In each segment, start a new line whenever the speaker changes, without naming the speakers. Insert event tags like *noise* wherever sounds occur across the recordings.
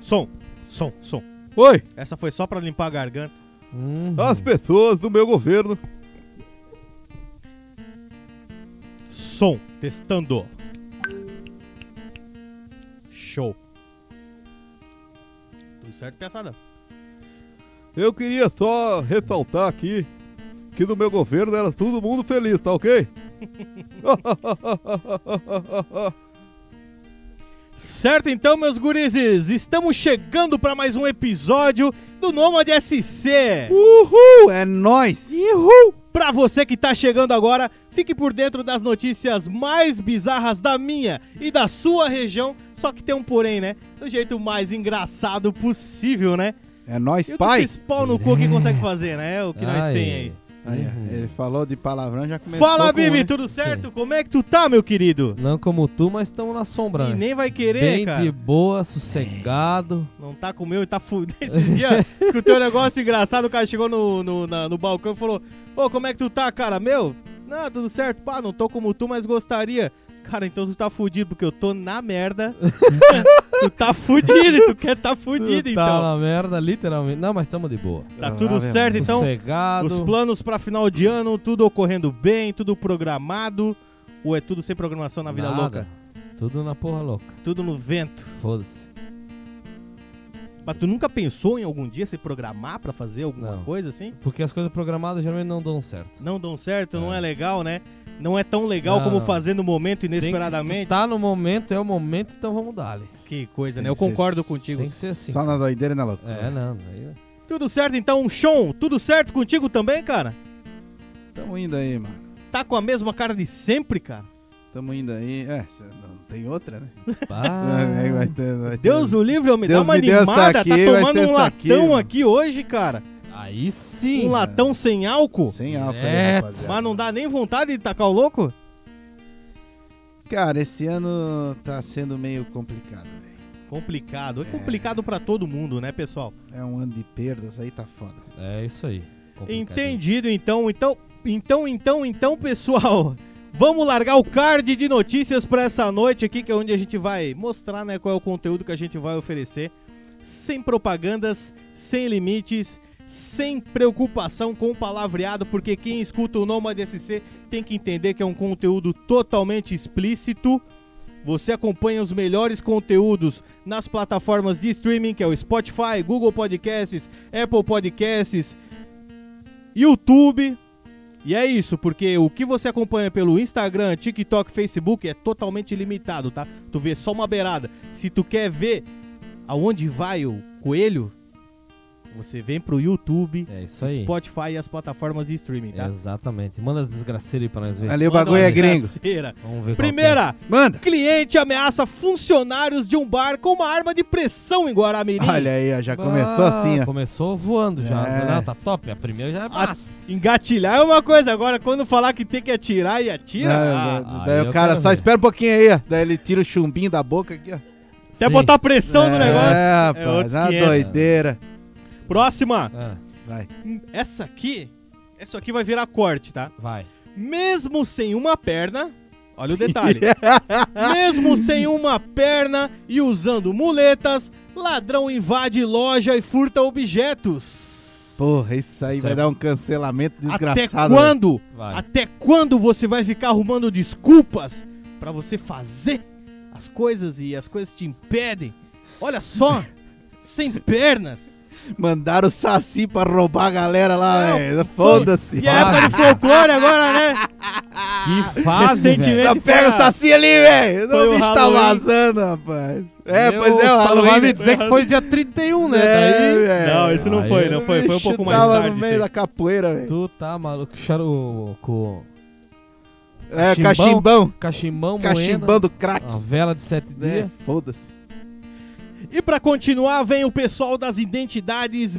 Som, som, som.
Oi,
Essa foi só pra limpar a garganta.
as pessoas do meu governo.
Som, testando. Show. Tudo certo, piaçada?
Eu queria só ressaltar aqui que no meu governo era todo mundo feliz, tá ok?
Certo então, meus gurizes, estamos chegando pra mais um episódio do Nomad SC.
*laughs* Uhul, é nóis!
Uhul! Pra você que tá chegando agora, fique por dentro das notícias mais bizarras da minha e da sua região, só que tem um porém, né? Do jeito mais engraçado possível, né?
É nóis,
E o que
pai!
esses pau no cu que consegue fazer, né? É O que nós
Ai.
tem aí.
Aí, ó, ele falou de palavrão, já começou
Uhum. Fala,
com
Bibi,
um, né?
tudo certo? Como é que tu tá, meu querido?
Não como tu, mas estamos na sombra.
E
né?
nem vai querer,
Bem
cara.
de boa, sossegado.
Não tá com o meu e tá fudido. *laughs* Esse dia, escutei um negócio engraçado, o cara chegou no, no, na- no balcão e falou, ô, como é que tu tá, cara? Meu, não, tudo certo, pá, não tô como tu, mas gostaria. Cara, então tu tá fudido, porque eu tô na merda. *laughs* tu tá fudido, tu quer tá fudido,
Tu Tá
então.
na merda, literalmente. Não, mas estamos de boa.
Tá
Ah,
tudo
mesmo.
certo, então.
sossegado.
Os planos pra final de ano, tudo ocorrendo bem, tudo programado. Ou é tudo sem programação na vida
nada.
louca?
Tudo na porra louca.
Tudo no vento.
Foda-se.
Mas tu nunca pensou em algum dia se programar pra fazer alguma
Não.
coisa assim?
Porque as coisas programadas geralmente não dão certo.
Não dão certo, não
É.
é legal, né? Não é tão legal
Não,
como
não.
fazer no momento
Tem que-
inesperadamente.
Tá no momento, é o momento, então vamos dar lhe
Que coisa,
Tem
né? Eu
que ser- né?
concordo contigo.
Tem que ser assim.
Só na doideira
né,
e na loucura.
Ah.
É, não. Aí...
Tudo certo então, Sean? Tudo certo contigo também, cara?
Tamo indo aí, mano.
Tá com a mesma cara de sempre, cara?
Tamo indo aí. É, cê não tem outra, né? *laughs*
*laughs*
É,
Pá.
vai ter- vai ter-
Ah. Deus o livre, eu me dá
Deus
uma
me deu essa
animada.
aqui,
tá
vai
tomando
ser
um
essa aqui,
latão
mano.
aqui hoje, cara.
Aí
Um
sim.
latão sem álcool.
Sem álcool aí,
É,
rapaziada.
Mas não dá nem vontade de tacar o louco?
Cara, esse ano tá sendo meio complicado, velho.
Complicado. É complicado pra todo mundo, né, pessoal?
É um ano de perdas, aí tá foda.
É isso aí. Complicadinho.
Entendido, então. Então, então, então, então, pessoal. *laughs* Vamos largar o card de notícias pra essa noite aqui, que é onde a gente vai mostrar né, qual é o conteúdo que a gente vai oferecer. Sem propagandas, sem limites, sem preocupação com o palavreado, porque quem escuta o Nômade SC tem que entender que é um conteúdo totalmente explícito. Você acompanha os melhores conteúdos nas plataformas de streaming, que é o Spotify, Google Podcasts, Apple Podcasts, YouTube. E é isso, porque o que você acompanha pelo Instagram, TikTok, Facebook é totalmente limitado, tá? Tu vê só uma beirada. Se tu quer ver aonde vai o coelho, você vem pro YouTube,
É isso aí.
Spotify e as plataformas de streaming, tá?
Exatamente. Manda as desgraceiras aí pra nós ver.
Ali o
Manda
bagulho
uma
é gringo.
desgraceira.
Vamos ver qual que é.
Primeira,
Manda!
cliente ameaça funcionários de um bar com uma arma de pressão em Guaramirim.
Olha aí, ó, já começou assim, ó.
Começou voando já.
É.
Não, tá top. A primeira já é
Ah,
massa.
Engatilhar é uma coisa, agora quando falar que tem que atirar e atira, ah,
Ah, da- daí
aí
o
eu
cara
quero
só
ver.
espera um pouquinho aí, ó. Daí ele tira o chumbinho da boca aqui, ó.
até
Sim.
botar pressão no Então, negócio.
É,
É outros
rapaz, é uma
500.
doideira.
Próxima.
Ah,
Vai.
Hum, Essa aqui, essa aqui vai virar corte, tá?
vai.
Mesmo sem uma perna, olha o
*laughs*
detalhe. Mesmo sem uma perna e usando muletas, ladrão invade loja e furta objetos.
Porra, isso aí vai
Certo.
dar um cancelamento
Até
desgraçado. né? velho.
quando?
Vai.
Até quando você vai ficar arrumando desculpas pra você fazer as coisas e as coisas te impedem? Olha só, sem pernas.
Mandaram o Saci pra roubar a galera lá,
Não,
velho. Foda-se.
E é época de folclore agora, né?
Que fase,
Recentemente-
velho.
Só
gente,
pega o
pra-
Saci ali, velho.
Foi
O
o
bicho tá
Halloween.
vazando, rapaz. É,
Eu
pois é, o
só não vai
Halloween. É,
me dizer que foi dia 31, né? Daí...
velho.
Tá É. Não, esse não
Aí
foi, não foi. Foi um pouco mais
Chutava
tarde.
no
isso
meio
aí.
da capoeira, velho.
Tu tá maluco. Charo com
É,
Cachimbão.
cachimbão.
cachimbão,
Cachimbão
moendo.
do crack.
Ah,
A vela de sete
É,
dias.
foda-se.
E pra continuar, vem o pessoal das identidades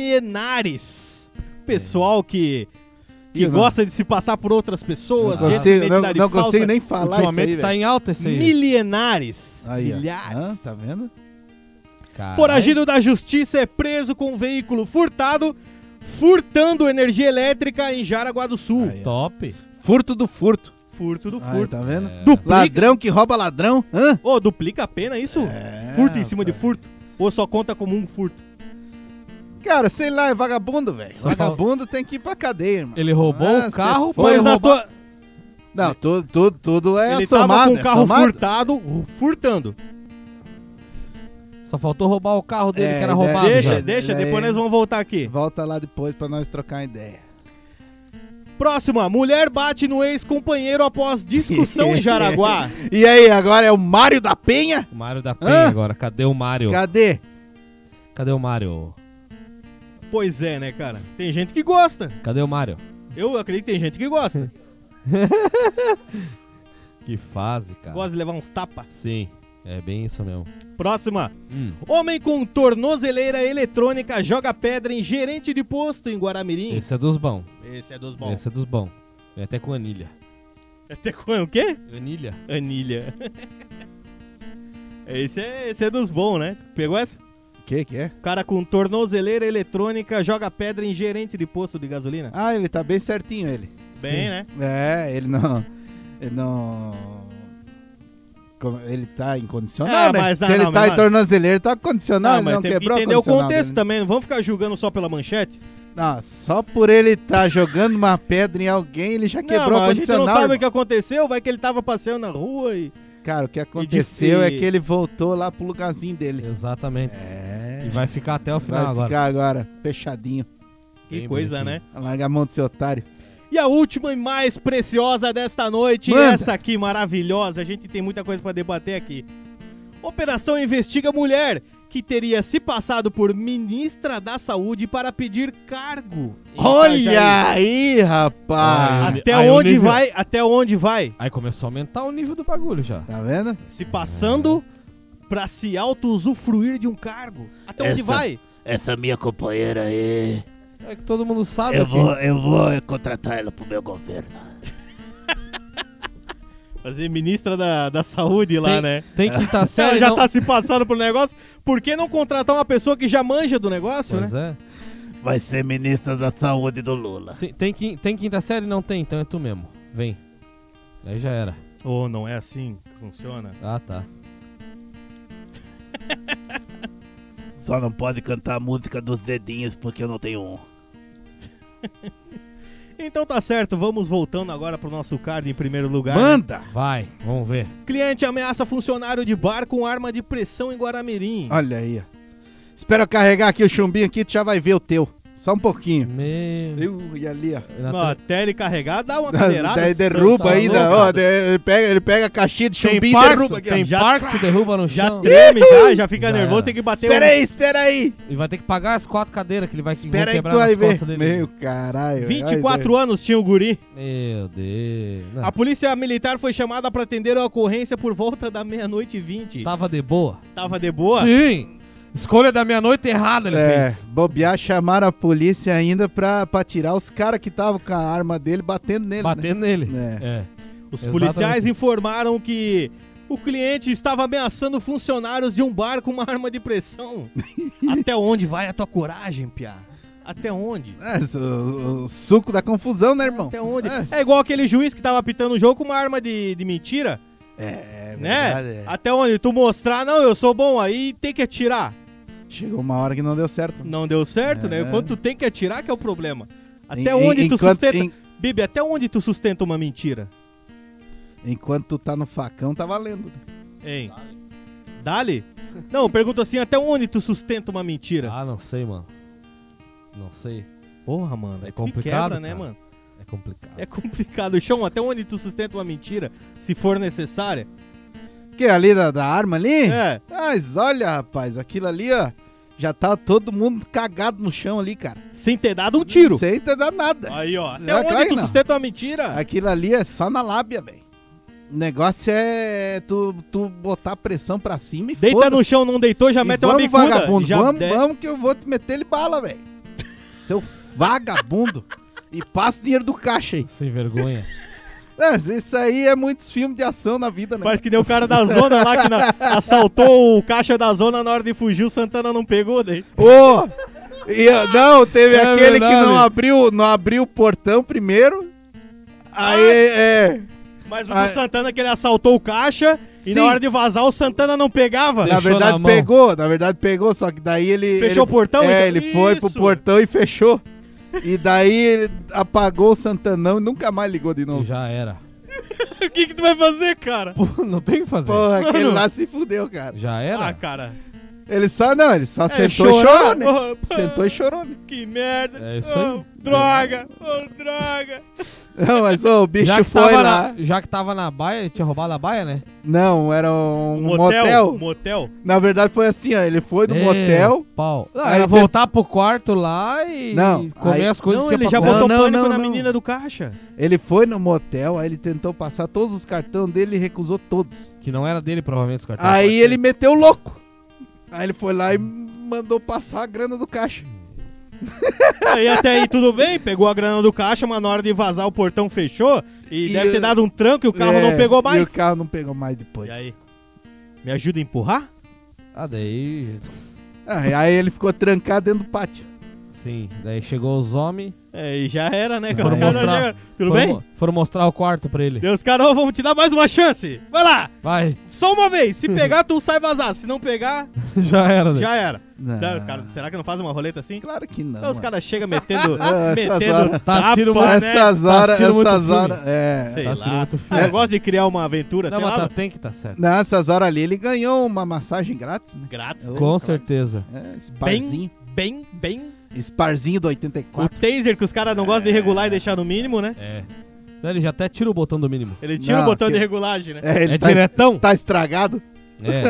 milenares. Pessoal que, que
Que não.
gosta de se passar por outras
Não
pessoas, gente de
consigo, não,
identidade
não
falsa.
consigo nem falar isso
Ultimamente
aí,
tá
velho.
em alta esse aí.
Milenares.
Aí, ó. Hã?
milhares.
Tá vendo?
Caralho.
Foragido da justiça é preso com um veículo furtado, furtando energia elétrica em Jaraguá do Sul.
Aí, ó.
Top.
Furto do furto.
furto do
Aí,
furto.
tá vendo?
Duplica.
Ladrão que rouba ladrão? Hã?
Ô, duplica a pena isso?
É,
furto em cima de furto? Ou só conta como um furto?
Cara, sei lá, é vagabundo, velho.
Só fala-
Vagabundo tem que ir pra cadeia, irmão.
Ele roubou
Ah,
o
cê
carro,
foi
mas
na
roubou...
tua.
Não, tudo, tudo, tudo é
ele tava
somado,
com o carro
é somado.
furtado, ru- furtando.
Só faltou roubar o carro dele
É,
que
ele-
era roubado.
deixa,
já.
velho.
deixa,
Ele é-
depois nós vamos voltar aqui.
Volta lá depois pra nós trocar uma ideia.
Próxima, mulher bate no ex-companheiro após discussão
*laughs*
em Jaraguá.
E aí, agora é o Mário da Penha?
O Mário da Penha
Hã?
agora. Cadê o Mário?
Cadê?
Cadê o Mário?
Pois é, né, cara? Tem gente que gosta.
Cadê o Mário?
Eu acredito que tem gente que gosta.
Que fase, cara.
Gosta de levar uns tapas.
Sim, é bem isso mesmo.
Próxima.
Hum.
Homem com tornozeleira eletrônica joga pedra em gerente de posto em Guaramirim.
Esse é dos bons.
Esse é dos
Esse é dos bons. É até com anilha.
*laughs* Até com o quê?
Anilha?
Anilha. Esse é, esse é dos bons, né? Pegou essa?
O que que é?
O cara com tornozeleira eletrônica joga pedra em gerente de posto de gasolina.
Ah, ele tá bem certinho, ele.
Bem,
sim.
né?
É, ele não... Ele não... Como- Ele tá
É,
incondicional, né?
mas
Se
não,
ele
não,
tá
mas-
em tornozeleira, ele tá condicional, ele
Ah, mas
não
tem que
quebrou
entender o
condicional
contexto
dele.
também. Não vamos ficar julgando só pela manchete.
Não, só por ele tá jogando uma pedra em alguém, ele já É, quebrou
não,
o
mas a gente
condicional.
não sabe o
irmão.
que aconteceu. Vai que ele tava passeando na rua e...
Cara, o que aconteceu
E
é
disse-
que ele voltou lá pro lugarzinho dele.
Exatamente.
É.
E vai ficar até o final
Vai
agora.
ficar agora fechadinho.
Que
Bem
coisa, né?
bonitinho.
Larga a mão do seu otário.
E a última e mais preciosa desta noite,
Manda.
essa aqui maravilhosa, a gente tem muita coisa pra debater aqui. Operação investiga mulher que teria se passado por ministra da Saúde para pedir cargo. em Itajaí.
Olha aí, rapaz!
Olha.
Até
Aí o
onde
nível-
vai? Até onde vai?
Aí começou a aumentar o nível do bagulho já.
Tá vendo?
Se passando pra se auto-usufruir de um cargo. Até onde
Essa-
vai?
Essa minha companheira aí,
É que todo mundo sabe
eu
aqui.
vou, eu vou contratar ela pro meu governo.
Fazer ministra da, da Saúde lá,
Tem-
né?
Tem que estar
Se ela
sério.
já
não...
tá se passando por negócio, por que não contratar uma pessoa que já manja do negócio, né?
Pois é.
Vai ser ministra da saúde do Lula.
Sim, tem, que, tem quinta série? Não tem, então é tu mesmo. Vem. Aí já era.
Ou não é assim que funciona?
Ah, tá.
Só não pode cantar a música dos dedinhos porque eu não tenho um.
Então tá certo, vamos voltando agora pro nosso card em primeiro lugar. né?
Manda!
Vai, vamos ver.
Cliente ameaça funcionário de bar com arma de pressão em Guaramirim.
Olha aí, ó. Espera eu carregar aqui o chumbinho aqui, tu já vai ver o teu. Só um pouquinho.
Meu.
Eu, e ali, ó.
Na
Ó,
tre-
até ele carregar, dá
*laughs*
uma cadeirada.
né? Daí
Santa tá
derruba ainda,
louca.
ó. de- Ele pega, ele pega a caixinha de
Tem
chumbinho e
parço,
um derruba aqui, ó.
tem
Já-
parço, derruba no
Já
chão.
treme, já, já fica
Já
nervoso,
era.
tem que bater
Espera
um-
aí, espera aí!
E vai ter que pagar as quatro cadeiras que ele vai que vão
Espera aí que
quebrar
tu vai
nas
ver.
costas dele.
Meu caralho.
24 anos tinha o guri.
Meu Deus.
Tá.
Não,
A polícia militar foi chamada pra atender a ocorrência por volta da meia-noite e 20.
Tá.
Tava de boa.
Tava de boa?
Sim. Escolha da meia-noite errada ele
É,
fez.
bobear, chamaram a polícia ainda pra, pra tirar os caras que estavam com a arma dele batendo nele. né?
Batendo nele.
É.
É.
Os
Exatamente.
policiais informaram que o cliente estava ameaçando funcionários de um bar com uma arma de pressão. *laughs* Até onde vai a tua coragem, Piá? Até onde?
É, isso- o, o suco da confusão, né, irmão?
Até onde?
É,
É igual aquele juiz que tava apitando o jogo com uma arma de, de mentira,
é
né?
verdade, é.
Até onde? Tu mostrar, não, eu sou bom, aí tem que atirar.
Chegou uma hora que não deu certo.
Não deu certo, né?
É.
Quando tu tem que atirar que é o problema. Até
Em-
onde
em-
tu
enquanto-
sustenta...
em-
Bibi, até onde tu sustenta uma mentira?
enquanto tu tá no facão, tá valendo.
Hein? Dali? Não, eu pergunto assim, até onde tu sustenta uma mentira?
Ah, não sei, mano. Não sei.
Porra, mano.
É
aí tu
complicado,
quebra, né,
cara.
mano?
É complicado.
É complicado. Chão, até onde tu sustenta uma mentira, se for necessária.
Que ali da, da arma ali?
É.
Mas olha, rapaz, aquilo ali, ó. Já tá todo mundo cagado no chão ali, cara.
Sem ter dado um tiro.
Sem ter dado nada.
Aí, ó. Até
É,
onde
claro que
tu
não.
sustenta uma mentira?
Aquilo ali é só na lábia, velho. O negócio é tu, tu botar a pressão pra cima e
Deita
foda-se.
no chão, não deitou, já
E
mete uma
vamos,
bicuda.
vagabundo,
já
vamos,
de-
vamos que eu vou te meter ele bala, velho. Seu vagabundo. E passa o dinheiro do caixa aí.
Sem vergonha.
Mas isso aí é muitos filmes de ação na vida, né?
Faz que nem o cara da zona lá que na- assaltou o caixa da zona na hora de fugir, o Santana não pegou daí.
Ô! E, ó, não, teve
É
aquele que
verdade.
Ah,
não abriu, não abriu o portão primeiro. Aí é.
Mas o
Ah,
do Santana que ele assaltou o caixa e
Sim.
na hora de vazar o Santana não pegava.
Deixou
na verdade
na mão.
pegou, na verdade pegou, só que daí ele.
Fechou
ele-
o portão,
É,
então?
ele foi pro
Isso.
portão e fechou. E daí ele apagou o Santanão e nunca mais ligou de novo.
Já era.
*laughs* o que que tu vai fazer, cara?
Pô, não tem o que fazer.
Porra, aquele
Mano.
lá se fudeu, cara.
Já
Ah,
era.
cara.
Ele só, não, ele só
É,
sentou e chorou,
chorar,
né?
porra.
Sentou e chorou, né?
Que merda.
É isso aí.
Oh, droga. Oh, droga.
Não, mas ô, o bicho
já, que
foi
tava
lá.
Na, já que tava na baia, ele tinha roubado a baia, né?
Não, era um motel.
Motel. É. motel.
Na verdade foi assim, ó, ele foi no
Meu
motel.
É, Pau.
Ah,
era
ele
voltar pro quarto lá e
Não,
e comer
aí-
as coisas
Não,
que tinha
ele já
pra
Não,
botou
não,
pânico
não,
na
não.
menina do caixa.
Ele foi no motel, aí ele tentou passar todos os cartões dele e recusou todos.
Que não era dele, provavelmente, os
Ah,
cartões.
Aí ele meteu o louco. Aí ele foi lá e mandou passar a grana do caixa.
Aí É, até aí tudo bem, pegou a grana do caixa, mas na hora de vazar o portão fechou e,
E
deve ter
o-
dado um tranco e o carro
É,
não pegou
E
mais.
o carro não pegou mais depois.
E aí? Me ajuda a empurrar?
Ah, daí.
Ah, e aí ele ficou trancado dentro do pátio.
Sim. Daí chegou os homens.
É, e já era, né? cara?
Foram
Os caras
mostrar-
chegam, Tudo
foram
bem?
mo- Foram mostrar o quarto pra ele.
Deus, cara, ó, vamos te dar mais uma chance. Vai lá,
Vai. *laughs*
só uma vez. Se pegar, tu sai vazar. Se não pegar,
já era. né? daí.
já era.
Não.
Não, os caras, será que não fazem uma roleta assim?
Claro que não.
Não, os
mano.
caras chegam metendo,
*laughs*
Ah, essas
metendo
tá
horas.
tapa,
Tassiro,
né?
Essas
Tá
horas,
assistindo muito
essas
filme.
horas. É.
Sei
Tá sendo
lá.
muito
Ah,
filho.
eu gosto de criar uma aventura,
Não,
sei
mas
lá.
tá- tem que tá certo.
Nessas horas ali ele ganhou uma massagem grátis, né?
Grátis.
Ô,
Com
cara.
certeza.
É, esse
Bem,
barzinho.
bem, bem.
Esse barzinho do
O
84.
taser que os caras não gostam de regular e deixar no mínimo, né?
É. Daí ele já até tira o botão do mínimo.
Ele tira
Não,
o botão
que-
de regulagem, né?
É, ele
é
tá,
diretão?
tá estragado.
É.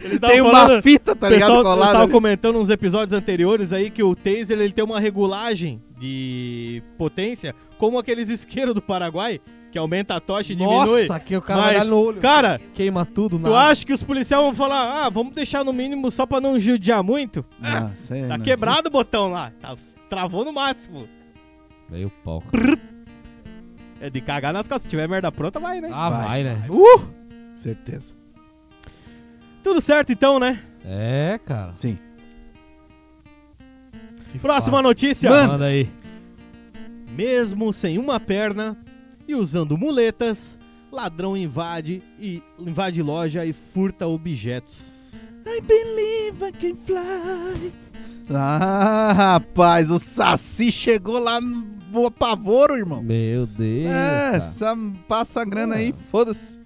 Eles
Tem
tavam
uma
falando-
fita, tá
o pessoal
ligado?
eu
Colada.
tava
ali.
comentando uns episódios anteriores aí que o taser ele tem uma regulagem de potência, como aqueles isqueiros do Paraguai, que aumenta a tocha e diminui.
Nossa, que o cara vai
Mas,
dar no olho.
Cara,
Queima tudo
tu
na.
acha que os policiais vão falar, ah, vamos deixar no mínimo só pra não judiar muito? Ah,
Não, sei,
tá
não
quebrado o botão lá, tá, travou no máximo.
Veio o pau.
É de cagar nas costas, se tiver merda pronta, vai, né?
Ah, vai, né?
existe. Certeza.
Tudo certo então, né?
É, cara.
Sim.
Que
Próxima
fácil.
notícia.
Manda aí.
Mesmo sem uma perna e usando muletas, ladrão invade e invade loja e furta objetos.
I believe I can fly. Ah, rapaz, o Saci chegou lá no apavoro, irmão.
Meu Deus.
É,
cara.
essa- passa a grana aí, foda-se.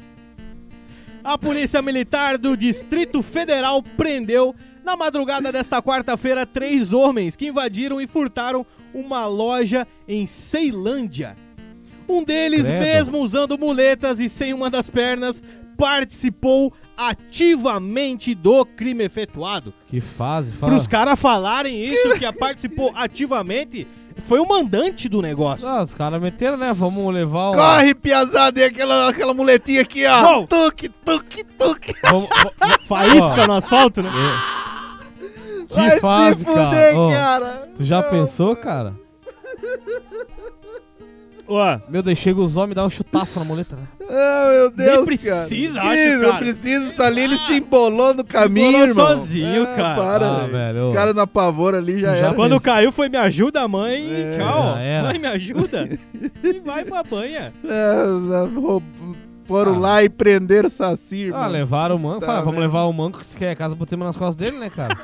A Polícia Militar do Distrito Federal prendeu na madrugada desta quarta-feira três homens que invadiram e furtaram uma loja em Ceilândia. Um deles,
Credo.
mesmo usando muletas e sem uma das pernas, participou ativamente do crime efetuado.
Que fase. Fala.
Para os caras falarem isso, que a participou ativamente, foi o mandante do negócio.
Ah, os caras meteram, né? Vamos levar o.
Corre, piazada, e aquela, aquela muletinha aqui, ó.
Gol.
Tuque, tuque, tuque.
Vamos- vo-
Faísca no asfalto, né?
que
Vai
fase,
se fuder,
cara. Ó,
cara.
tu já
Não.
pensou, cara?
Ué,
Meu Deus, chega os homens e dá um chutaço na muleta, né?
Ah, meu Deus, cara.
precisa, acho,
Ih, Não
cara.
precisa, isso ali ele se embolou no caminho,
embolou
irmão.
sozinho,
Ah,
cara.
para,
Ah, velho.
O cara na pavor ali já,
Já
era.
Quando caiu foi me ajuda, mãe. e
É.
Tchau.
já era.
Mãe, me
*laughs*
ajuda. e vai pra banha.
Ah, roub- Foram
Ah.
lá e prenderam o Saci, irmão.
Ah, levaram o manco.
Tá,
Fala, vamos
velho.
levar o manco que se quer a casa botemos nas costas dele,
*laughs*
né, cara?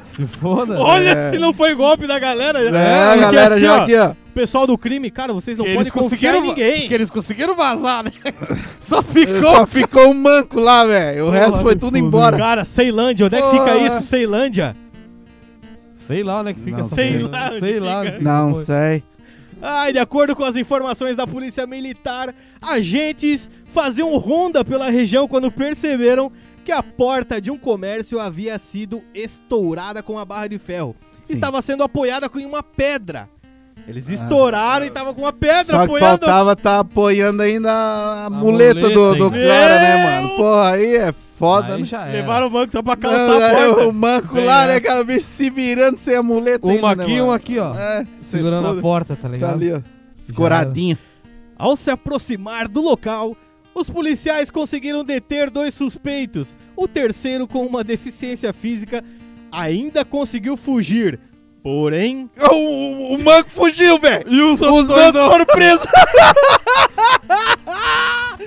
se foda.
Olha se não foi golpe da galera.
É,
Porque
galera,
assim,
já
ó,
aqui, ó.
O pessoal do crime, cara, vocês não
Que
podem confiar em
va-
ninguém.
Que eles conseguiram vazar, né? *laughs* Só ficou.
*laughs* Só ficou um manco lá, velho. O resto foi
que
tudo
foda.
embora.
Cara, Ceilândia, onde é que fica
Porra.
isso, Ceilândia?
Sei lá onde é que fica
Não
essa
sei.
porra.
Sei lá onde
Sei
fica.
lá onde fica
Não
essa porra.
sei.
Ai, de acordo com as informações da Polícia Militar, agentes faziam ronda pela região quando perceberam que a porta de um comércio havia sido estourada com a barra de ferro.
Sim. Ah.
Estava sendo apoiada com uma pedra. Eles estouraram e estavam com uma pedra
Só que
apoiando.
faltava tá apoiando ainda a, a
A
muleta, do,
muleta
do
ainda.
cara, né,
Meu!
mano? Porra, aí é foda,
Aí
né?
já era.
Levaram o banco só pra calçar
Não,
a
é
porta.
o manco
Bem
lá, né,
essa.
cara? O bicho se virando sem a muleta
Uma
ainda, né,
aqui,
mano?
uma aqui, ó.
É,
Segurando a
foda.
porta, tá ligado?
Ali, ó. Escoradinha.
Ao se aproximar do local, os policiais conseguiram deter dois suspeitos. O terceiro, com uma deficiência física, ainda conseguiu fugir. Porém,
O, o- o manco fugiu, velho!
E os
Os outros foram presos!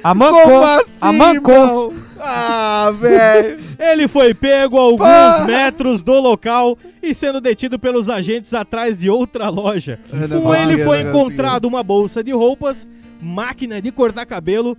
A
Como
mancou.
assim,
a mancou.
irmão? Ah, velho.
Ele foi pego a alguns
Pá!
metros do local e sendo detido pelos agentes atrás de outra loja.
Eu não
Com ele
conseguia,
foi
não conseguia.
encontrado uma bolsa de roupas, máquina de cortar cabelo,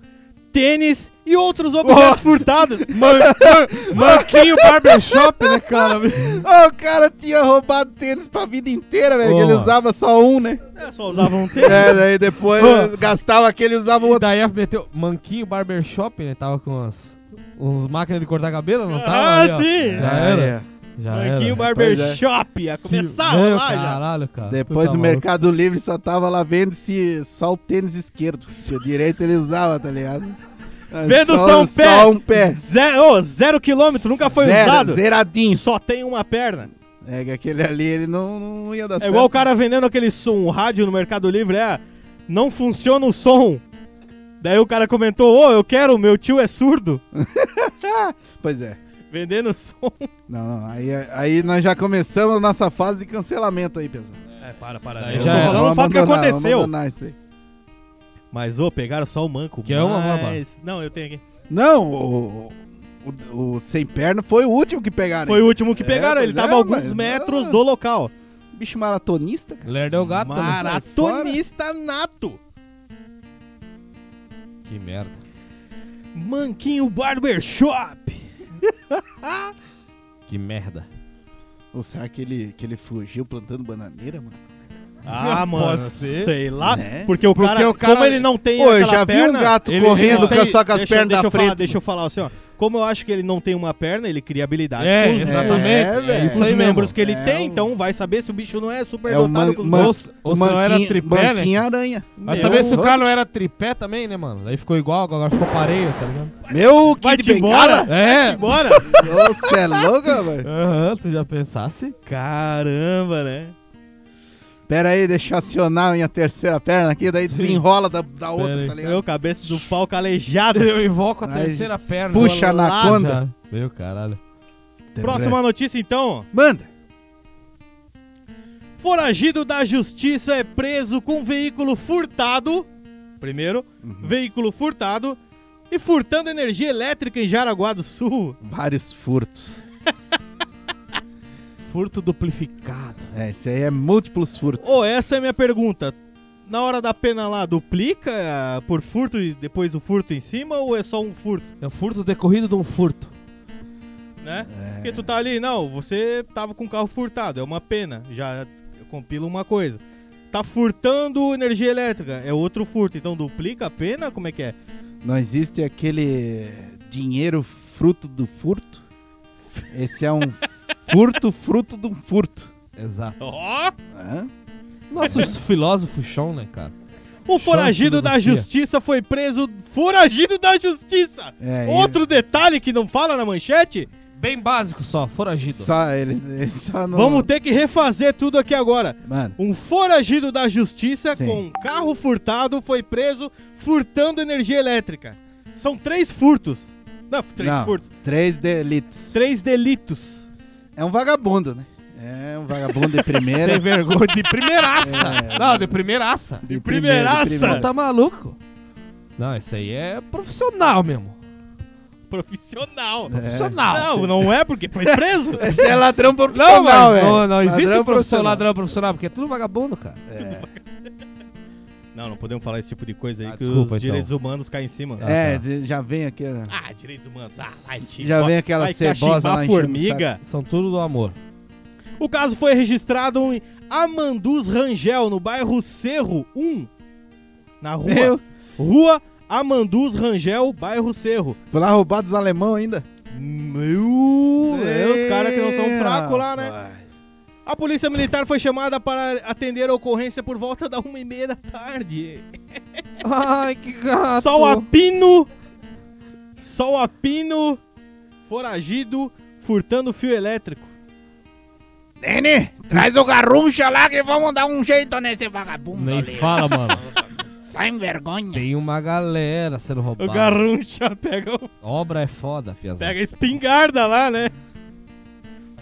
tênis e outros
Oh!
objetos
*laughs*
furtados.
Man- man- Manquinho Barbershop,
*laughs*
né, cara?
Ah, o cara tinha roubado tênis pra vida inteira, velho. que Ele
Boa.
usava só um,
*laughs*
né?
É, só usava um tênis.
É, daí depois
Ah.
gastava aquele e usava o
E
outro.
daí meteu Manquinho Barbershop, né? Tava com umas, uns máquinas de cortar cabelo, não tava?
Ah,
ali, ó.
sim!
Já
Ah,
era.
é.
Já
Banquinho
era.
Barbershop, ia começar
Meu
lá já.
É Caralho, cara.
Depois
Tu tá
do
maluco.
Mercado Livre só tava lá vendo-se só o
*laughs*
tênis esquerdo. Porque o direito ele usava, tá ligado? Ah,
Vendo só um pé.
Só um pé.
Zero, ô, zero quilômetro, nunca foi
Zero,
usado.
Zeradinho.
Só tem uma perna.
É que aquele ali ele não, não ia dar
É
certo.
igual o cara vendendo aquele som, um rádio no Mercado Livre, é. Não funciona o som. Daí o cara comentou: Ô, eu quero, meu tio é surdo.
Pois é.
Vendendo som.
Não, não. Aí, aí nós já começamos a nossa fase de cancelamento aí, pessoal.
É, para, para.
Aí
eu
já
tô
era.
falando o
Vamos
fato que
abandonar, vamos
aconteceu.
abandonar isso aí.
Mas, ô, pegaram só o manco.
Que é uma
mas... Não, eu tenho aqui.
Não, o, o- o sem perna foi o último que pegaram.
Foi o último que
É,
pegaram, ele
pois
tava
é,
a alguns
mas-
metros
ah.
do local.
Bicho maratonista, cara.
Lerdeu o gato, tá no céu.
Maratonista nato.
Que merda.
Manquinho Barbershop.
Que merda.
Ou será que ele, que ele fugiu plantando bananeira, mano?
Ah,
Pode
mano,
ser.
sei lá.
Né?
Porque, o,
Porque
cara,
o cara-
como ele não tem
Pô, eu
aquela
já vi
perna,
um gato
ele-
correndo
ele
com-
tem-
só com as
deixa,
pernas
deixa
da
eu falar,
frente.
Deixa eu falar assim, ó. Como eu acho que ele não tem uma perna, ele cria habilidades
É,
com os,
exatamente.
É,
É,
velho.
com
isso
os
aí mesmo.
membros que ele
É
tem,
um-
então vai saber se o bicho não é super
É
dotado
um man-
com os
man-
Ou,
braços.
se- ou se não era
Manquinho-
tripé, né?
Manquinho aranha.
Vai
Meu,
saber se o
Deus.
cara não era tripé também, né, mano? Daí ficou igual, agora ficou parelho, tá ligado?
Meu, que
Vai-te
de
embora!
bengala?
Vai-te
*laughs* É!
embora!
Você é louco, mano?
Aham, tu já pensasse?
Caramba, né?
Pera aí, deixa eu acionar minha terceira perna aqui, daí desenrola da, da
Pera
outra,
aí.
tá ligado?
Meu, cabeça do pau calejado.
Eu invoco a
Ai,
terceira perna.
Puxa a anaconda.
Já. Meu caralho.
é
Próxima notícia, então.
Manda.
Foragido da justiça é preso com veículo furtado. Primeiro,
Uhum.
veículo furtado. E furtando energia elétrica em Jaraguá do Sul.
Vários furtos.
Furto duplificado.
É, isso aí é múltiplos furtos.
Ô, essa é a minha pergunta. Na hora da pena lá, duplica ah, por furto e depois o furto em cima ou é só um furto,
É o furto decorrido de um furto.
né?
É.
Porque tu tá ali, não, você tava com o carro furtado, é uma pena, já compila uma coisa. Tá furtando energia elétrica, é outro furto, então duplica a pena? Como é que é?
Não existe aquele dinheiro fruto do furto. Esse é um furto fruto de um furto.
Exato.
Ó!
Hã?
Nossos filósofos chão, né, cara?
O foragido da
filosofia.
justiça foi preso. Foragido da justiça!
É, e-
Outro detalhe que não fala na manchete?
Bem básico só, foragido.
Só ele, ele só não...
Vamos ter que refazer tudo aqui agora.
Mano,
Um foragido da justiça
Sim.
com carro furtado foi preso furtando energia elétrica. São três furtos. Não, três
não,
furtos.
Três delitos.
Três delitos.
É um vagabundo, né? É um vagabundo
*laughs*
de primeira.
Sem vergonha, de primeiraça.
É.
Não, de primeiraça.
*laughs*
De
primeiraça.
Não, tá maluco? Não, isso aí é profissional mesmo.
Profissional.
Profissional.
Não, não é porque foi preso.
Esse *laughs* é ladrão
Não,
profissional, é.
mas
velho.
não, não existe um
Ladrão
profissional, ladrão profissional, porque é tudo vagabundo, cara.
não, não podemos falar esse tipo de coisa aí
Ah,
que
desculpa,
os
então.
direitos humanos caem em cima.
É,
tá.
de- já vem aqui, né?
Ah, direitos humanos. Ah, vai te
Já
bo-
vem aquela
vai
cebosa
cachimbar
lá enchendo o
formiga.
São tudo do amor.
O caso foi registrado em Amandus Rangel, no bairro Cerro 1. Na rua.
Meu,
Rua Amandus Rangel, bairro Cerro.
foi lá roubar dos alemão ainda.
Meu, é os caras que não são
Ê,
fracos lá, né?
rapaz.
A polícia militar foi chamada para atender a ocorrência por volta da uma e meia da tarde.
Ai, que gato.
Sol a pino, sol a pino, foragido, furtando fio elétrico.
Nene, traz o garrucha lá que vamos dar um jeito nesse vagabundo
Nem
ali.
fala, mano.
Sem vergonha.
Tem uma galera sendo
O
roubada.
garruncha pega, o-
Obra é foda, piazada.
pega a espingarda lá, né?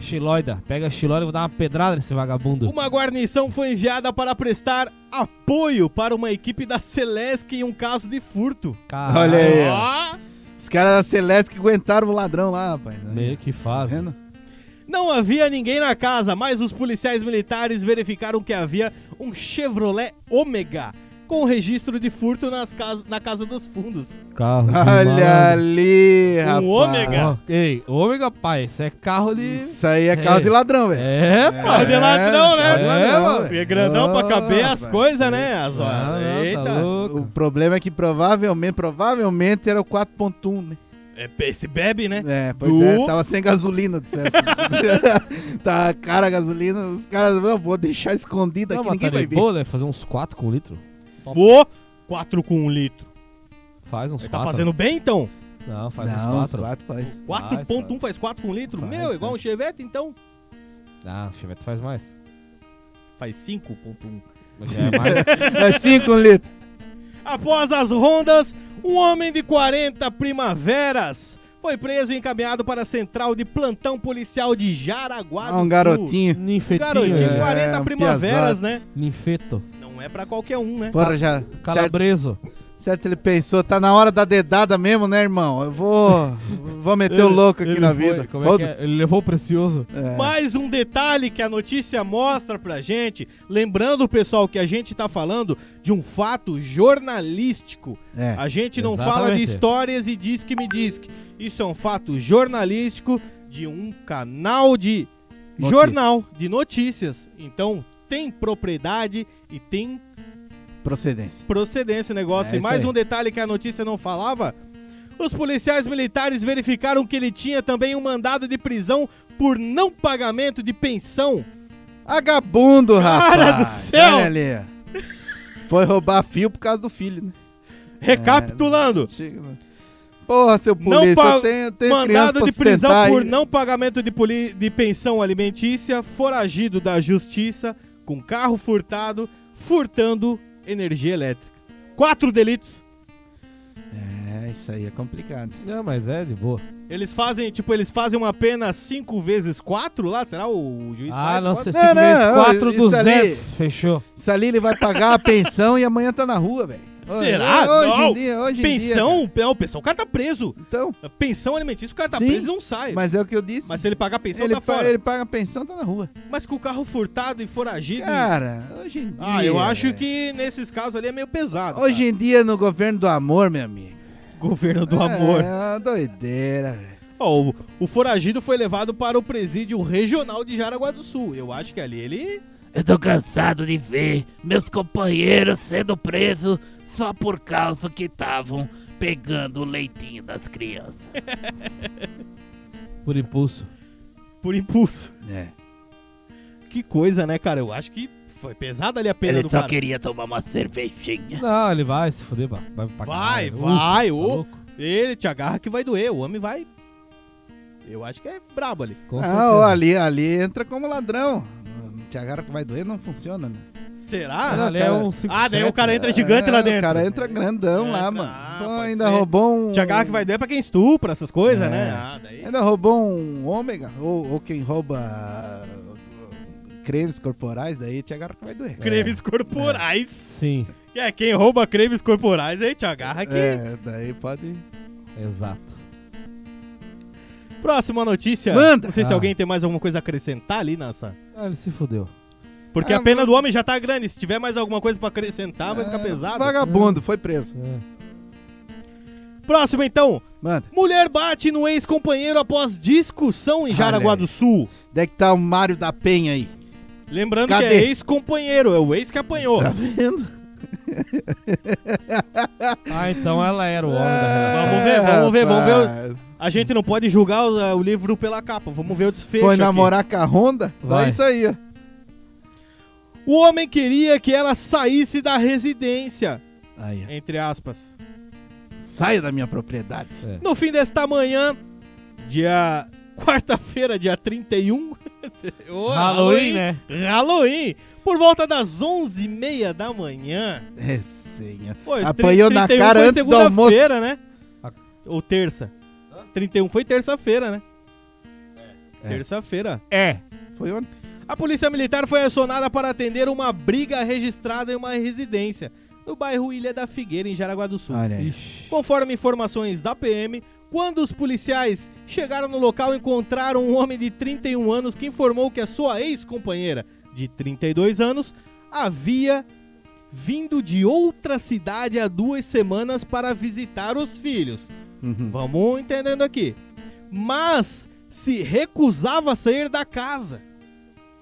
Xiloida. Pega a Xiloida e vou dar uma pedrada nesse vagabundo.
Uma guarnição foi enviada para prestar apoio para uma equipe da Celesc em um caso de furto.
Caralho.
Olha aí. ó.
Ah!
Os caras da Celeste que aguentaram o ladrão lá, rapaz.
Meio que
Tá
faz.
vendo?
Não havia ninguém na casa, mas os policiais militares verificaram que havia um Chevrolet Ômega com registro de furto nas cas- na Casa dos Fundos.
Carro. de
Olha
malandro.
ali,
Um
rapaz.
ômega.
Ó, Ei, ômega, pai, isso é carro de.
Isso aí é carro
É.
de ladrão, velho.
É, pai.
Carro de ladrão, né?
carro de ladrão,
É, mano.
velho.
É grandão pra caber
Ah,
as
rapaz.
coisas, né? As
Ah, não,
horas.
tá
Eita.
louco.
O problema é que provavelmente, provavelmente era o 4.1,
*laughs*
né?
é, pe- se bebe, né?
É, pois
Do-
é, tava sem gasolina,
*laughs*
dissesse. tá cara a gasolina, os caras, não, vou deixar escondido
Não,
aqui,
mas
ninguém
tá
vai
de
ver.
boa, né? Fazer uns 4 com um litro.
Pô, 4 com 1 um litro.
Faz uns
Ele
4.
tá fazendo bem, então?
Não, faz
não,
uns
os
4.
quatro faz.
4.1 faz 4 com 1 um litro?
Faz,
Meu,
faz.
igual um Chevette, então?
Ah, o Chevette faz mais.
Faz 5.1.
*laughs*
Mas já é mais.
É cinco litros.
Após as rondas, um homem de 40 primaveras foi preso e encaminhado para a central de plantão policial de
Tá
Jaraguá
Ah,
do
um
Sul.
garotinho.
Um
Ninfetinho.
garotinho,
é.
40
um
primaveras,
piazote.
né?
Ninfeto.
Não é pra qualquer um, né?
Porra, já. Certo,
Calabreso.
certo, ele pensou, tá na hora da dedada mesmo, né, irmão? Eu vou. vou meter o louco aqui
Ele
na
foi-
vida.
como é que é?
Foda-se.
Ele levou o precioso.
É.
Mais um detalhe que a notícia mostra pra gente, lembrando, pessoal, que a gente tá falando de um fato jornalístico.
É.
A gente não fala de
Exatamente.
histórias e diz que me diz. que. Isso é um fato jornalístico de um canal de
Notícias.
jornal de notícias. Então tem propriedade e tem
Procedência.
procedência o negócio.
É
e
isso
mais
aí.
um detalhe que a notícia não falava: os policiais militares verificaram que ele tinha também um mandado de prisão por não pagamento de pensão.
Vagabundo, rapaz.
Cara do céu!
Olha ali. ó. Foi roubar fio por causa do filho, né?
Recapitulando.
Chega, mano. Porra, seu
É, né? Não
polícia,
pa-
eu tenho, eu tenho criança
Mandado
pra
de prisão
sustentar
por
aí.
não pagamento de, poli- de pensão alimentícia, foragido da justiça, com carro furtado, furtando energia elétrica. Quatro delitos.
É, isso aí é complicado.
Não, mas é de boa.
Eles fazem, tipo, eles fazem uma pena cinco vezes quatro lá? Será o, o juiz
Ah,
faz
não
quatro?
sei.
Não,
5
não,
vezes
não,
4,
isso ali-
200. Fechou.
Isso ali ele vai pagar a pensão e amanhã tá na rua, velho. Hoje-
Será?
Hoje
Não.
em dia, hoje em dia.
Pensão? não, pensão. O cara tá preso.
cara. Então,
Pensão alimentícia, o cara tá
Sim,
preso e não sai. Mas,
mas é o que eu disse.
se ele pagar a pensão,
ele,
tá
pa-
fora.
ele paga a pensão, tá na rua.
Mas com o carro furtado e foragido. e-
Cara, hoje em dia.
Ah, eu acho
velho.
que nesses casos ali é meio pesado.
Hoje em dia, no governo do amor, meu amigo.
cara. Governo do amor.
É uma doideira, velho.
Ó, o, o foragido foi levado para o presídio regional de Jaraguá do Sul. Eu acho que ali ele.
Eu tô cansado de ver meus companheiros sendo presos só por causa que estavam pegando o leitinho das crianças.
Por impulso.
Por impulso.
É.
Que coisa, né, cara? Eu acho que foi pesada ali a pena
Ele
do
tá
só
cara.
queria tomar uma cervejinha.
Não, ele vai se fuder, pá. Vai, pra
Vai,
caralho.
vai,
Uf, tá
ô.
louco.
Ele te agarra que vai doer. O homem vai. Eu acho que é brabo ali.
Com
Ah,
certeza.
ó, ali, ali entra como ladrão. Te agarra que vai doer, não funciona, né?
Será?
Ah, ali é
cara.
um 5,
Ah, daí o cara entra
É,
gigante lá dentro.
O cara entra grandão
Entra,
lá, mano.
ah,
Pô,
pode
ainda
ser.
roubou um.
Te agarra que vai doer pra quem estupra, essas coisas,
É.
né? Ah, daí.
Ainda roubou um ômega, ou, ou quem rouba ah, cremes corporais, daí te agarra que vai doer.
Cremes corporais.
Sim,
É, quem rouba cremes corporais aí te agarra aqui.
É, daí pode.
exato.
Próxima notícia.
Manda!
Não sei se
Ah.
alguém tem mais alguma coisa a acrescentar ali nessa.
Ah, ele se fudeu.
Porque
Ah,
a pena
mano.
do homem já tá grande. Se tiver mais alguma coisa pra acrescentar, vai ficar
É,
pesado.
Vagabundo, foi preso.
É.
Próximo então.
Manda.
Mulher bate no ex-companheiro após discussão em Jaraguá
aí.
do Sul.
Onde é que tá o Mário da Penha aí?
Lembrando que é
Cadê?
ex-companheiro, é o ex que apanhou.
Tá vendo?
Ah, então ela era o homem da
É.
relação.
Vamos ver, vamos ver, vamos ver.
Ah, rapaz.
A gente não pode julgar o, o livro pela capa. Vamos ver o desfecho.
Foi
aqui.
namorar com a Honda? Dá
Vai.
isso aí, ó.
O homem queria que ela saísse da residência,
Aí, ó.
entre aspas.
Saia da minha propriedade.
É.
No fim desta manhã, dia quarta-feira, dia 31. *laughs* Ô,
Halloween, né?
Halloween! Por volta das 11h30 da manhã.
É, senhor.
Pô, tri-
Apanhou na
31
cara
foi
antes do almoço.
Segunda-feira, né?
A-
um Ou terça. 31 foi terça-feira, né? Terça-feira.
É.
Foi ontem.
A polícia militar foi acionada para atender uma briga registrada em uma residência no bairro Ilha da Figueira, em Jaraguá do Sul.
Olha aí.
Ixi.
Conforme informações da PM, quando os policiais chegaram no local, encontraram um homem de 31 anos que informou que a sua ex-companheira, de 32 anos, havia vindo de outra cidade há duas semanas para visitar os filhos.
Uhum.
Vamos entendendo aqui. Mas se recusava a sair da casa.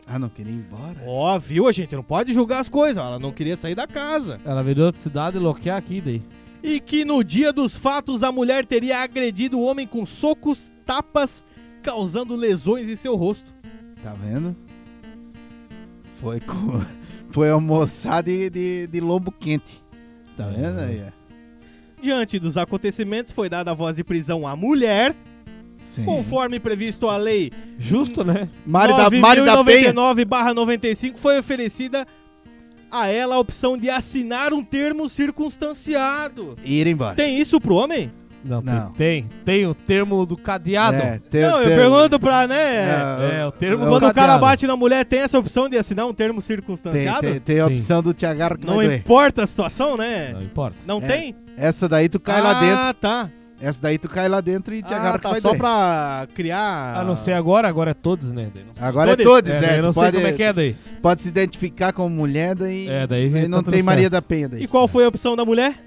Ah, não queria ir embora?
Ó, viu? A gente não pode julgar as coisas. Ela não queria sair da casa.
Ela veio de outra cidade e loquear aqui daí.
E que no dia dos fatos a mulher teria agredido o homem com socos, tapas, causando lesões em seu rosto.
Tá vendo? Foi com... *laughs* Foi almoçar de, de, de lombo quente.
É.
Tá vendo aí? ó?
Diante dos acontecimentos, foi dada a voz de prisão à mulher,
Sim.
conforme previsto a lei
Justo, né?
Mari da, Mari da Penha.
9099-95 foi oferecida a ela a opção de assinar um termo circunstanciado.
Ir embora.
Tem isso pro homem?
Não,
Não.
tem. Tem o termo do cadeado.
É, tá.
É,
tem- É,
não, eu
tem-
pergunto pra, né?
o termo
Quando
do
o cara
cadeado.
bate na mulher, tem essa opção de assinar um termo
Tem,
circunstanciado?
tem, tem a
Sim.
opção do te agarro que
Não
vai doer.
importa a situação, né?
Não importa.
Não
É,
tem?
Essa daí tu cai lá dentro.
Ah, tá.
Essa daí tu cai lá dentro e te agarra
Ah,
que
tá
vai
só
doer.
pra criar...
A não ser agora, agora é todos, né? Daí não-
Agora
Todos.
é Ah. todos,
daí
é.
eu
Tu
não sei
pode,
como é que é daí.
pode se identificar como mulher, daí,
É, daí
daí
tá
não
tudo
tem
certo.
Maria da Penha daí.
E qual foi a opção da mulher?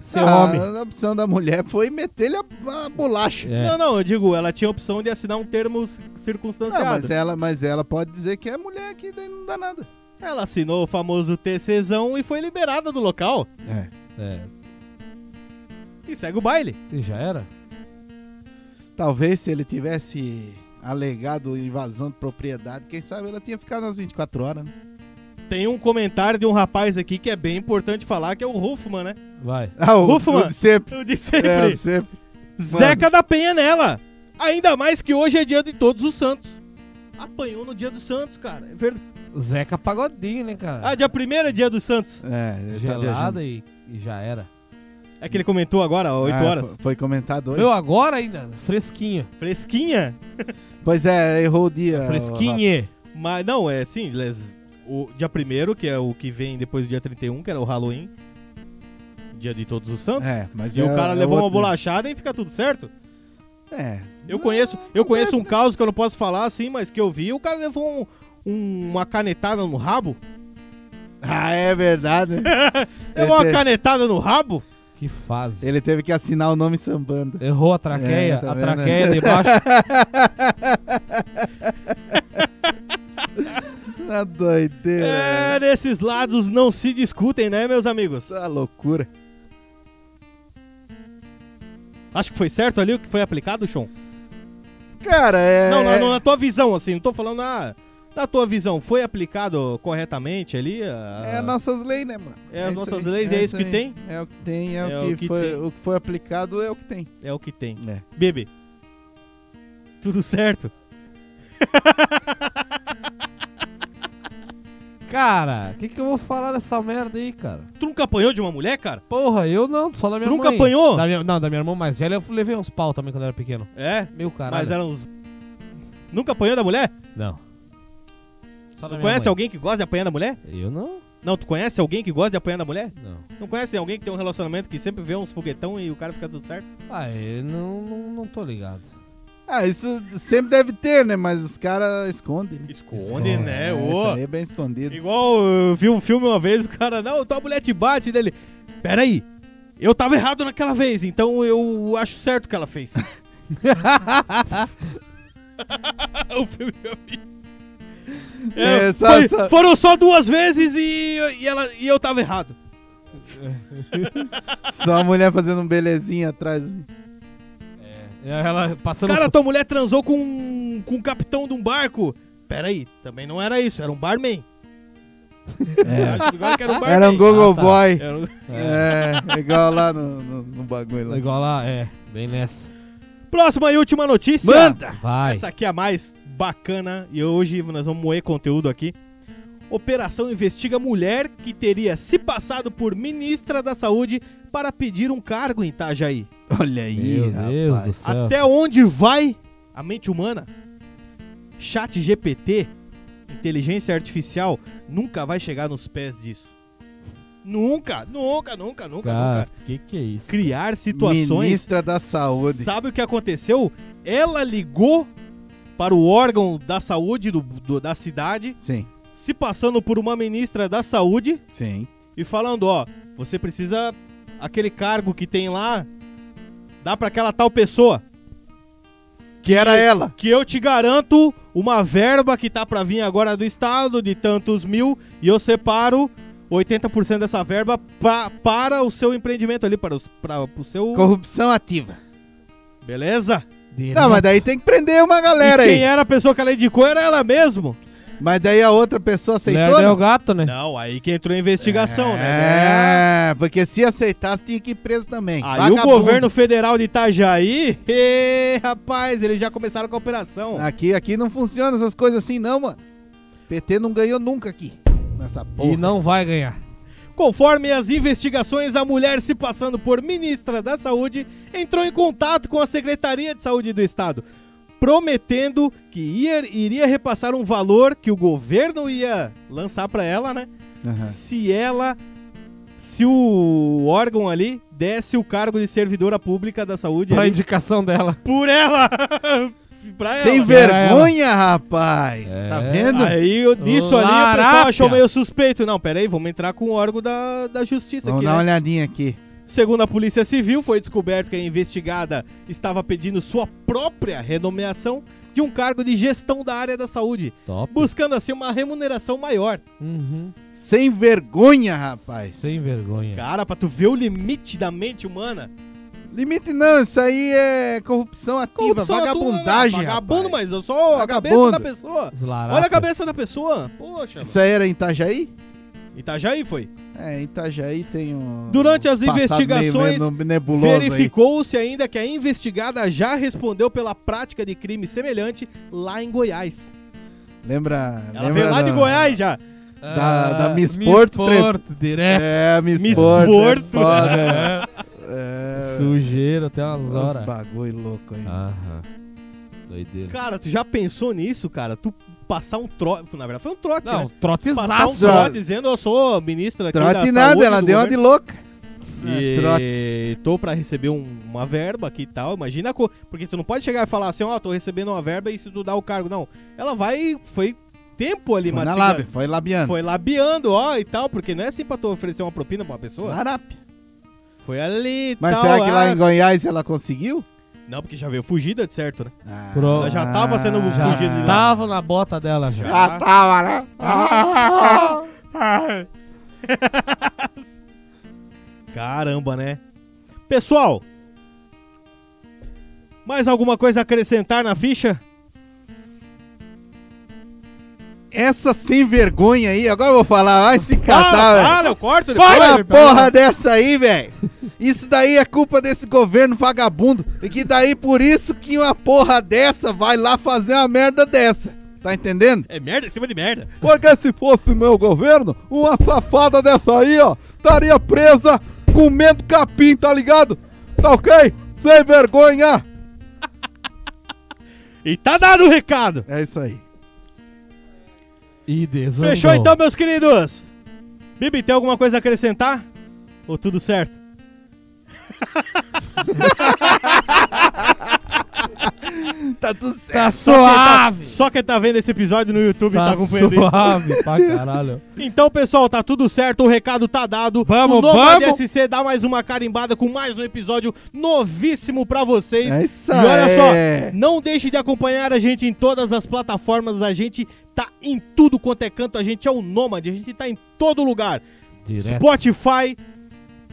Ser
Ah,
homem.
A opção da mulher foi meter-lhe a, a bolacha.
É.
Não, não, eu digo, ela tinha a opção de assinar um termo
Não,
circunstanciado.
mas, é- ela, mas ela pode dizer que é mulher que daí não dá nada.
Ela assinou o famoso TCzão e foi liberada do local.
É.
É.
E segue o baile.
E já era?
Talvez se ele tivesse alegado invasão de propriedade, quem sabe ela tinha ficado nas 24 horas, né?
Tem um comentário de um rapaz aqui que é bem importante falar, que é o Ruffman, né?
Vai.
Ah, o,
Ufa,
*laughs* o de sempre.
Eu disse
É, o
sempre.
de sempre.
Zeca da Penha nela. Ainda mais que hoje é dia de todos os santos. Apanhou no dia dos santos, cara. É verdade.
Zeca Pagodinho, né, cara?
Ah, dia 1 é dia dos santos.
É, ele tá viajando.
Gelada e, e já era.
É que ele comentou agora, ó, 8
Ah,
horas.
fo- Foi comentado hoje.
Meu, agora ainda, fresquinha.
Fresquinha?
Pois é, errou o dia. o
Fresquinha.
Mas não, é sim, les- o dia 1 que é o que vem depois do dia 31, que era o Halloween. Dia de todos os santos.
É, mas
E
é-
o cara
é
levou uma
outro.
bolachada e fica tudo certo?
É.
Eu conheço, eu conheço um caso que eu não posso falar assim, mas que eu vi, o cara levou um- um- uma canetada no rabo.
Ah,
*laughs*
é verdade. né?
Levou
Ele
uma
te-
canetada no rabo?
Que fase.
Ele teve que assinar o nome sambando.
Errou a traqueia.
É, tá
a
vendo?
traqueia debaixo.
Ah, doideira.
É, nesses lados não se discutem, né, meus amigos?
Essa é loucura.
Acho que foi certo ali o que foi aplicado, Sean?
Cara, é.
Não,
é-
não, não, na tua visão, assim, não tô falando na, na tua visão. Foi aplicado corretamente ali? ah, a-
É as nossas leis, né, mano?
É as
isso
nossas leis, é isso que
aí.
tem?
É o que tem, é, o, que foi,
tem.
o que foi aplicado, é o que tem.
É o que tem.
É.
Bebê, tudo certo?
*laughs* Cara, o que, que eu vou falar dessa merda aí, cara?
Tu nunca apanhou de uma mulher, cara?
Porra, eu não, só da minha
Tu nunca
mãe.
apanhou?
Da minha- não, da minha irmã mais velha eu levei uns pau também quando eu era pequeno.
É,
Meu caralho.
mas eram uns... Nunca apanhou da mulher?
Não. Só da
Tu
minha
conhece
mãe.
alguém que gosta de apanhar da mulher?
Eu não,
Não, tu conhece alguém que gosta de apanhar da mulher?
não.
Não conhece alguém que tem um relacionamento que sempre vê uns foguetão e o cara fica tudo certo?
Ah, eu não, não, não tô ligado.
Ah, isso sempre deve ter, né? Mas os caras escondem. Né?
Esconde,
Esconde,
né?
É,
ô.
Isso aí é bem
*laughs*
escondido.
Igual eu vi um filme uma vez, o cara, não, tua mulher te bate dele. Peraí, eu tava errado naquela vez, então eu acho certo o que ela fez. *laughs* o filme que eu vi. É,
É, só-
foi-
só-
Foram só duas vezes e, e, ela, e eu tava errado.
Só a mulher fazendo um belezinha atrás.
É. Ela
Então
passando
Cara, tua mulher transou com, um- com o capitão de um barco. Peraí, também não era isso, era um barman. Eu acho que agora que era um barman.
Era um Google
Ah, tá.
Boy.
Era um-
É. igual lá no, no, no bagulho lá.
igual lá, é, bem nessa.
Próxima e última notícia.
Manda!
Vai.
Essa aqui é a mais bacana e hoje nós vamos moer conteúdo aqui. Operação investiga mulher que teria se passado por ministra da Saúde para pedir um cargo em Itajaí.
Olha aí,
Meu Deus do
rapaz.
céu.
Até onde vai a mente humana? Chat GPT, inteligência artificial, nunca vai chegar nos pés disso. Nunca, nunca, nunca, nunca,
Cara,
nunca.
que que é isso?
Criar situações
Ministra da Saúde.
Sabe o que aconteceu? Ela ligou para o órgão da saúde do- do- da cidade,
Sim,
se passando por uma ministra da saúde
sim.
e falando: ó, você precisa. aquele cargo que tem lá, dá para aquela tal pessoa.
Que era ela.
Que eu te garanto uma verba que tá para vir agora do estado de tantos mil e eu separo 80% dessa verba pra, para o seu empreendimento ali, para, os, para o seu.
Corrupção ativa.
Beleza?
Dinheiro
Não, mas daí tem que prender uma galera
e quem
aí.
era a pessoa que ela indicou era ela mesmo.
Mas daí a outra pessoa aceitou,
Lerdo é o
não?
gato, né?
Não, aí que entrou a investigação, né?
É, porque se aceitasse tinha que ir preso também.
Aí o
Vagabundo.
governo federal de Itajaí, *laughs* ê, rapaz, eles já começaram com a operação.
Aqui, aqui não funciona essas coisas assim não, mano. PT não ganhou nunca aqui. Nessa porra.
E não vai ganhar.
Conforme as investigações, a mulher se passando por ministra da Saúde entrou em contato com a Secretaria de Saúde do Estado, prometendo que ia- iria repassar um valor que o governo ia lançar pra ela, né?
Aham.
se ela se o órgão ali desse o cargo de servidora pública da saúde
Pra
ali
indicação dela.
por ela *laughs* pra ela. Ah,
Sem vergonha, rapaz.
É.
Tá vendo?
Aí eu- nisso ali o pessoal
Larápia.
achou meio suspeito. Não, peraí, vamos entrar com o órgão da, da justiça
Vamos
aqui.
dar
né?
uma olhadinha aqui.
Segundo a Polícia Civil, foi descoberto que a investigada estava pedindo sua própria renomeação de um cargo de gestão da área da saúde,
Top.
buscando assim uma remuneração maior.
Uhum.
Sem vergonha, rapaz.
Sem vergonha.
Cara, pra tu ver o limite da mente humana.
Limite não, isso aí é corrupção ativa,
Corrupção é tudo, né?
vagabundagem.
Vagabundo,
rapaz.
mas eu sou a cabeça
Vagabundo.
da pessoa.
Os larápios.
Olha a cabeça da pessoa. Poxa.
Isso é aí era em Itajaí?
Itajaí foi.
É, em Itajaí tem um.
Durante
uns
as
passado
investigações,
meio, meio nebuloso aí.
Verificou-se ainda que a investigada já respondeu pela prática de crime semelhante lá em Goiás.
Lembra.
Ela
lembra
veio lá de
da-
Goiás já.
da- da Miss
Ah, Miss
Porto,
Porto, direto.
É, Miss,
Miss
Porto.
Porto.
É, foda.
*laughs*
é.
Sujeira até umas
Os
horas.
bagulho louco
Ah.
aí.
Aham. Doideira.
Cara, tu já pensou nisso, cara? Tu passar um trote. Na verdade, foi um trote,
Não,
né? Passar um
Trote.
trotezaço.
trote dizendo eu sou ministra aqui da
Trote nada,
saúde
ela
do
deu uma
governo.
de louca. É,
E
Trote.
tô pra receber um- uma verba aqui e tal. Imagina, a co- porque tu não pode chegar e falar assim, ó, tô recebendo uma verba e se tu dá o cargo. Não, ela vai, foi tempo ali,
Foi na
mastigando.
lábia, foi labiando.
Foi labiando, ó, e tal, porque não é assim pra tu oferecer uma propina pra uma pessoa.
Larápia.
Foi ali e
Mas
tal.
será que lá
ah.
em Goiás ela conseguiu?
Não, porque já veio fugida, de certo, né?
Ah,
Pro-
Ela já tava sendo
Já
fugida de lá.
tava na bota dela já.
Já
tava, né?
Caramba, né? Pessoal, mais alguma coisa a acrescentar na ficha?
Essa sem vergonha aí, agora eu vou falar, vai se catar,
Fala,
Tá, velho.
fala, eu corto ah, depois.
Olha a porra dessa aí, velho. Isso daí é culpa desse governo vagabundo. E que daí por isso que uma porra dessa vai lá fazer uma merda dessa. Tá entendendo?
É merda em cima de merda.
Porque se fosse meu governo, uma safada dessa aí, ó, estaria presa comendo capim, tá ligado? Tá ok? Sem vergonha!
E tá dado o recado.
É isso aí.
E desandou.
Fechou então, meus queridos. Bibi, tem alguma coisa a acrescentar? Ou tudo certo?
Tá tudo certo.
Tá suave.
Só quem tá vendo esse episódio no YouTube tá,
Tá
acompanhando isso.
suave pra caralho.
Então, pessoal, tá tudo certo, o recado tá dado.
Vamos,
o novo
vamos.
ADSC dá mais uma carimbada com mais um episódio novíssimo pra vocês.
É isso
e olha
aí.
só, não deixe de acompanhar a gente em todas as plataformas. A gente tá em tudo quanto é canto. A gente é o Nômade, a gente tá em todo lugar.
Direto.
Spotify,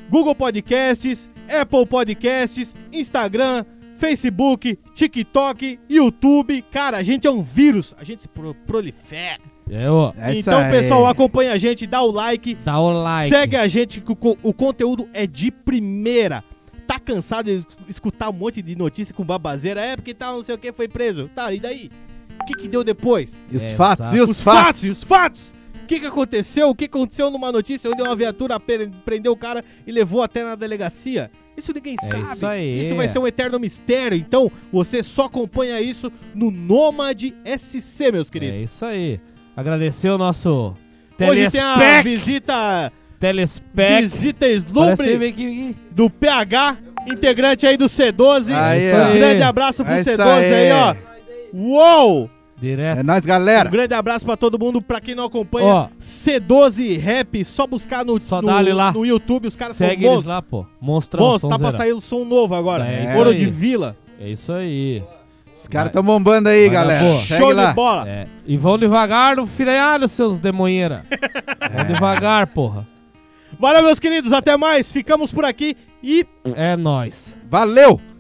Google Podcasts, Apple Podcasts, Instagram, Facebook, TikTok, YouTube. Cara, a gente é um vírus, a gente se pro- prolifera.
É, ó.
É isso
então,
aí.
pessoal, acompanha a gente, dá o like,
Dá o like.
segue a gente, que o, co- o conteúdo é de primeira. Tá cansado de es- escutar um monte de notícia com babazeira? É, porque tal, não sei o que, foi preso. Tá, e daí? O que, que deu depois?
E os
É,
fatos,
exato.
e os, fatos.
os fatos! O que, que aconteceu? O que aconteceu numa notícia onde uma viatura pre- prendeu o cara e levou até na delegacia? Isso ninguém
É
sabe.
isso aí.
Isso vai ser um eterno mistério. Então, você só acompanha isso no Nômade SC, meus
É
queridos.
isso aí. Agradecer o nosso
Hoje tem a
É telespec.
visita,
Telespec.
visita
Parece
eslumbre
meio que-
do PH, integrante aí do C12.
Aí,
Um
ó.
grande abraço pro
É isso
C12 aí,
aí.
ó. Uou!
Direto.
É nóis,
Um
galera.
grande abraço pra todo mundo. Pra quem não acompanha,
Ó.
C12 Rap, só buscar no,
Só
no,
dá ali lá.
no YouTube. Os caras são
Segue eles
monstros.
lá, pô. Monstrão.
Monstro, tá pra
sonzeira.
sair o som novo agora.
É
É,
isso
Ouro
aí.
de Vila.
É isso aí.
Os caras tão bombando aí,
Vai dar
galera.
boa.
Segue
Show
lá.
de bola.
É. E vão devagar no frealho, seus demonheira. Vão devagar, porra.
Valeu, meus queridos. Até mais. Ficamos por aqui e
É nóis.
Valeu!